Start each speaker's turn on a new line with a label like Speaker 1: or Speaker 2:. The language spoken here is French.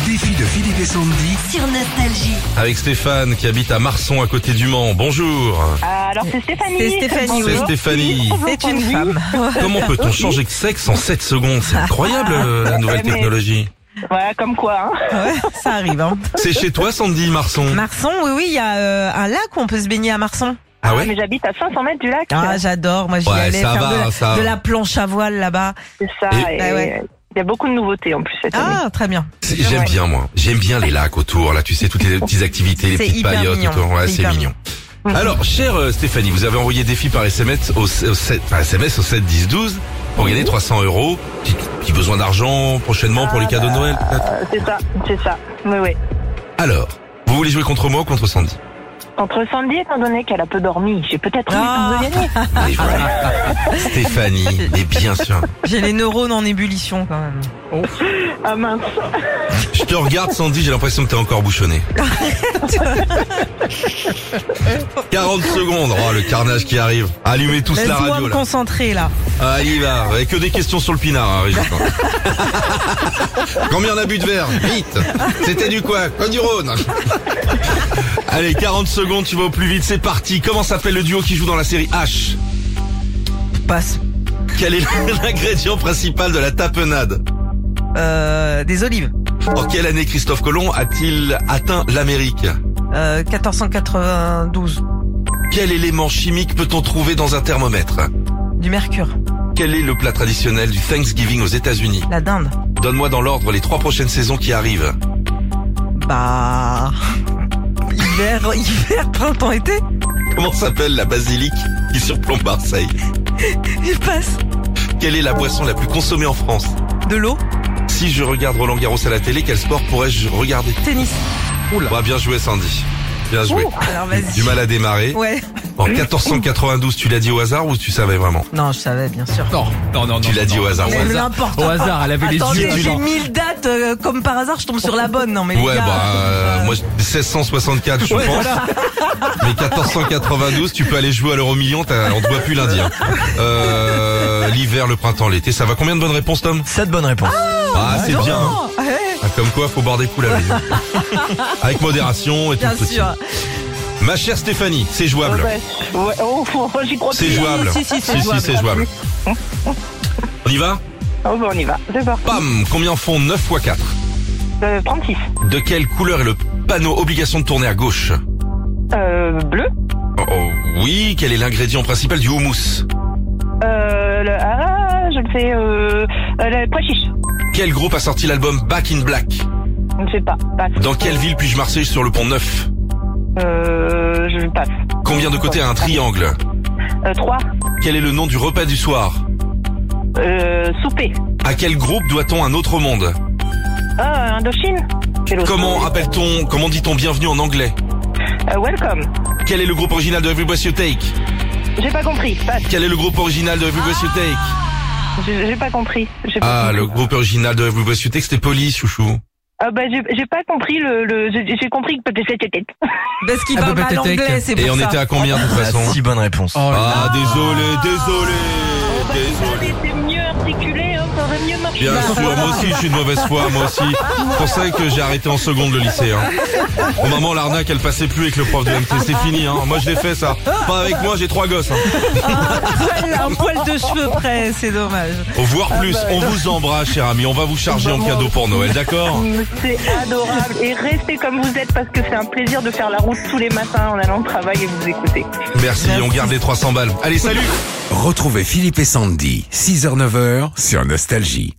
Speaker 1: Philippe et Sandy
Speaker 2: sur Nostalgie.
Speaker 3: Avec Stéphane qui habite à Marson à côté du Mans. Bonjour.
Speaker 4: Ah, Alors c'est Stéphanie.
Speaker 5: C'est Stéphanie,
Speaker 3: C'est
Speaker 5: Bonjour.
Speaker 3: Stéphanie.
Speaker 5: C'est une femme.
Speaker 3: Comment peut-on changer de sexe en 7 secondes C'est incroyable euh, la nouvelle
Speaker 4: Ouais, mais-
Speaker 3: technologie.
Speaker 4: Ouais, comme quoi. hein.
Speaker 5: Ouais, ça arrive. Hein.
Speaker 3: C'est chez toi Sandy Marson
Speaker 5: Marson, oui, oui, il y a euh, un lac où on peut se baigner à Marson.
Speaker 3: Ah
Speaker 4: Mais
Speaker 3: ouais
Speaker 4: j'habite à 500 mètres du lac.
Speaker 5: Ah, j'adore. Moi, j'y
Speaker 3: Ouais,
Speaker 5: allais
Speaker 3: ça
Speaker 5: faire
Speaker 3: va,
Speaker 5: de, la,
Speaker 3: ça.
Speaker 5: de la planche à voile là-bas.
Speaker 4: c'est ça.
Speaker 3: Et-
Speaker 4: Et...
Speaker 5: Bah ouais.
Speaker 4: Il y a beaucoup de nouveautés en plus cette année.
Speaker 5: Ah, très bien.
Speaker 3: C'est- J'aime
Speaker 4: Ouais.
Speaker 3: bien moi. J'aime bien les lacs autour. Là tu sais toutes les petites activités, les
Speaker 5: C'est
Speaker 3: petites
Speaker 5: hyper
Speaker 3: paillotes
Speaker 5: mignon.
Speaker 3: autour. Ouais,
Speaker 5: C'est
Speaker 3: c'est
Speaker 5: hyper
Speaker 3: mignon. Alors chère euh, Stéphanie, vous avez envoyé des filles par SMS au, se- au sept- par SMS au 7 10 12 pour gagner 300 euros. Petit, petit besoin d'argent prochainement pour les cadeaux de Noël. peut-être
Speaker 5: Ah.
Speaker 4: Euh, c'est ça, c'est ça. Oui, oui.
Speaker 3: Alors, vous voulez jouer contre moi ou contre Sandy
Speaker 4: Entre Sandy, étant donné qu'elle a peu dormi, j'ai peut-être
Speaker 5: Ah.
Speaker 4: envie de gagner.
Speaker 3: Mais voilà. Stéphanie, mais bien sûr.
Speaker 5: Ah, J'ai les neurones en ébullition quand même.
Speaker 4: Ah mince.
Speaker 3: Je te regarde, Sandy, j'ai l'impression que t'es encore bouchonné. 40 secondes. Oh, le carnage qui arrive. Allumez tous la
Speaker 5: Laisse-moi
Speaker 3: radio,
Speaker 5: me
Speaker 3: là.
Speaker 5: concentrer là.
Speaker 3: Ah, il y va. Avec que des questions sur le pinard, hein, Régis. Combien on a bu de verre Vite. C'était du quoi Quoi du Rhône Allez, 40 secondes, tu vas au plus vite. C'est parti. Comment s'appelle le duo qui joue dans la série H
Speaker 5: Passe.
Speaker 3: Quel est l'ingrédient principal de la tapenade
Speaker 5: Euh, des olives.
Speaker 3: En quelle année Christophe Colomb a-t-il atteint l'Amérique
Speaker 5: Euh, 1492.
Speaker 3: Quel élément chimique peut-on trouver dans un thermomètre
Speaker 5: Du mercure.
Speaker 3: Quel est le plat traditionnel du Thanksgiving aux États-Unis
Speaker 5: La dinde.
Speaker 3: Donne-moi dans l'ordre les trois prochaines saisons qui arrivent.
Speaker 5: Bah. Hiver, hiver, printemps, été.
Speaker 3: Comment s'appelle la basilique qui surplombe Marseille
Speaker 5: Il passe.
Speaker 3: Quelle est la boisson la plus consommée en France
Speaker 5: De l'eau.
Speaker 3: Si je regarde Roland Garros à la télé, quel sport pourrais-je regarder
Speaker 5: Tennis.
Speaker 3: Oula. Bah, bien joué Sandy. Bien joué.
Speaker 5: Alors vas-y.
Speaker 3: Du mal à démarrer.
Speaker 5: Ouais.
Speaker 3: En 1492, tu l'as dit au hasard ou tu savais vraiment
Speaker 5: Non, je savais, bien sûr.
Speaker 6: Non, non, non.
Speaker 3: Tu
Speaker 6: non,
Speaker 3: l'as
Speaker 6: non,
Speaker 3: dit au
Speaker 6: non.
Speaker 3: hasard.
Speaker 5: Mais
Speaker 3: au hasard.
Speaker 5: l'importe
Speaker 6: Au
Speaker 5: pas.
Speaker 6: hasard, elle avait les
Speaker 5: Attendez,
Speaker 6: yeux
Speaker 5: j'ai
Speaker 6: brillants.
Speaker 5: mille dates, euh, comme par hasard, je tombe sur la bonne. Non, mais les
Speaker 3: Ouais,
Speaker 5: gars,
Speaker 3: bah, euh,
Speaker 5: euh,
Speaker 3: moi, 1664, je pense. Mais 1492, tu peux aller jouer à l'euro million, t'as- on te voit plus lundi. hein. Euh, L'hiver, le printemps, l'été, ça va combien de bonnes réponses, Tom
Speaker 6: 7 bonnes réponses.
Speaker 3: Ah, c'est bien. hein.
Speaker 5: Oh, bah, non, ouais,
Speaker 3: Ah, Comme quoi, faut boire des coups la veille. Avec modération et tout.
Speaker 5: bien
Speaker 3: petit.
Speaker 5: sûr.
Speaker 3: Ma chère Stéphanie, c'est
Speaker 4: Oh,
Speaker 3: jouable.
Speaker 4: bah, ouais, oh, j'y crois
Speaker 3: C'est
Speaker 4: plus.
Speaker 3: jouable.
Speaker 5: si, si, c'est jouable.
Speaker 3: c'est jouable. On y va
Speaker 4: Oh, bah, on y va. C'est parti.
Speaker 3: Pam, combien font 9 x 4
Speaker 4: Euh, 36.
Speaker 3: De quelle couleur est le panneau obligation de tourner à gauche
Speaker 4: Euh, bleu.
Speaker 3: Oh, oh, oui, quel est l'ingrédient principal du houmous
Speaker 4: Euh, le, ah, je le sais. Euh, euh, le pois chiche.
Speaker 3: Quel groupe a sorti l'album Back in Black
Speaker 4: Je ne sais pas. Passe.
Speaker 3: Dans quelle ville puis-je marcher sur le pont Neuf
Speaker 4: Euh, je passe.
Speaker 3: Combien de côtés a un triangle
Speaker 4: Euh, 3.
Speaker 3: Quel est le nom du repas du soir
Speaker 4: Euh, souper.
Speaker 3: À quel groupe doit-on un autre monde
Speaker 4: Ah, Indochine. Quel autre
Speaker 3: Comment appelle-t-on, comment dit-on bienvenue en anglais
Speaker 4: Euh, Welcome.
Speaker 3: Quel est le groupe original de Everybody You Take
Speaker 4: J'ai pas compris. Passe.
Speaker 3: Quel est le groupe original de Everybody You Take
Speaker 4: J'ai j'ai pas compris. J'ai pas
Speaker 3: Ah,
Speaker 4: compris.
Speaker 3: le groupe original de Everybody You Take, c'était Police, chouchou.
Speaker 4: Ah bah j'ai j'ai pas compris le, le j'ai j'ai compris que peut-être c'était
Speaker 5: Parce qu'il
Speaker 6: Ah,
Speaker 5: parle
Speaker 6: bah,
Speaker 5: mal
Speaker 6: peut-être.
Speaker 5: anglais, c'est pour
Speaker 3: Et on
Speaker 5: ça. Ah,
Speaker 3: était à combien de toute façon
Speaker 7: 6 bonnes réponses.
Speaker 6: Oh,
Speaker 3: Ah, désolé, désolé, désolé.
Speaker 4: C'était mieux articulé, hein, ça aurait mieux marché.
Speaker 3: Bien sûr, moi aussi je suis de mauvaise foi, moi aussi. C'est pour ça que j'ai arrêté en seconde le lycée. Hein. Au moment l'arnaque elle passait plus avec le prof de MT, c'est fini. Hein. Moi je l'ai fait ça. Pas avec moi, j'ai trois gosses. Hein.
Speaker 5: Poil- un poil de cheveux près, c'est dommage.
Speaker 3: Au voir plus, on vous embrasse cher ami, on va vous charger en cadeau pour Noël, d'accord
Speaker 4: C'est adorable et restez comme vous êtes parce que c'est un plaisir de faire la route tous les matins en allant au travail et vous écouter.
Speaker 3: Merci, on garde les 300 balles. Allez, salut
Speaker 1: Retrouvez Philippe et Sandy, 6h-9h sur Nostalgie.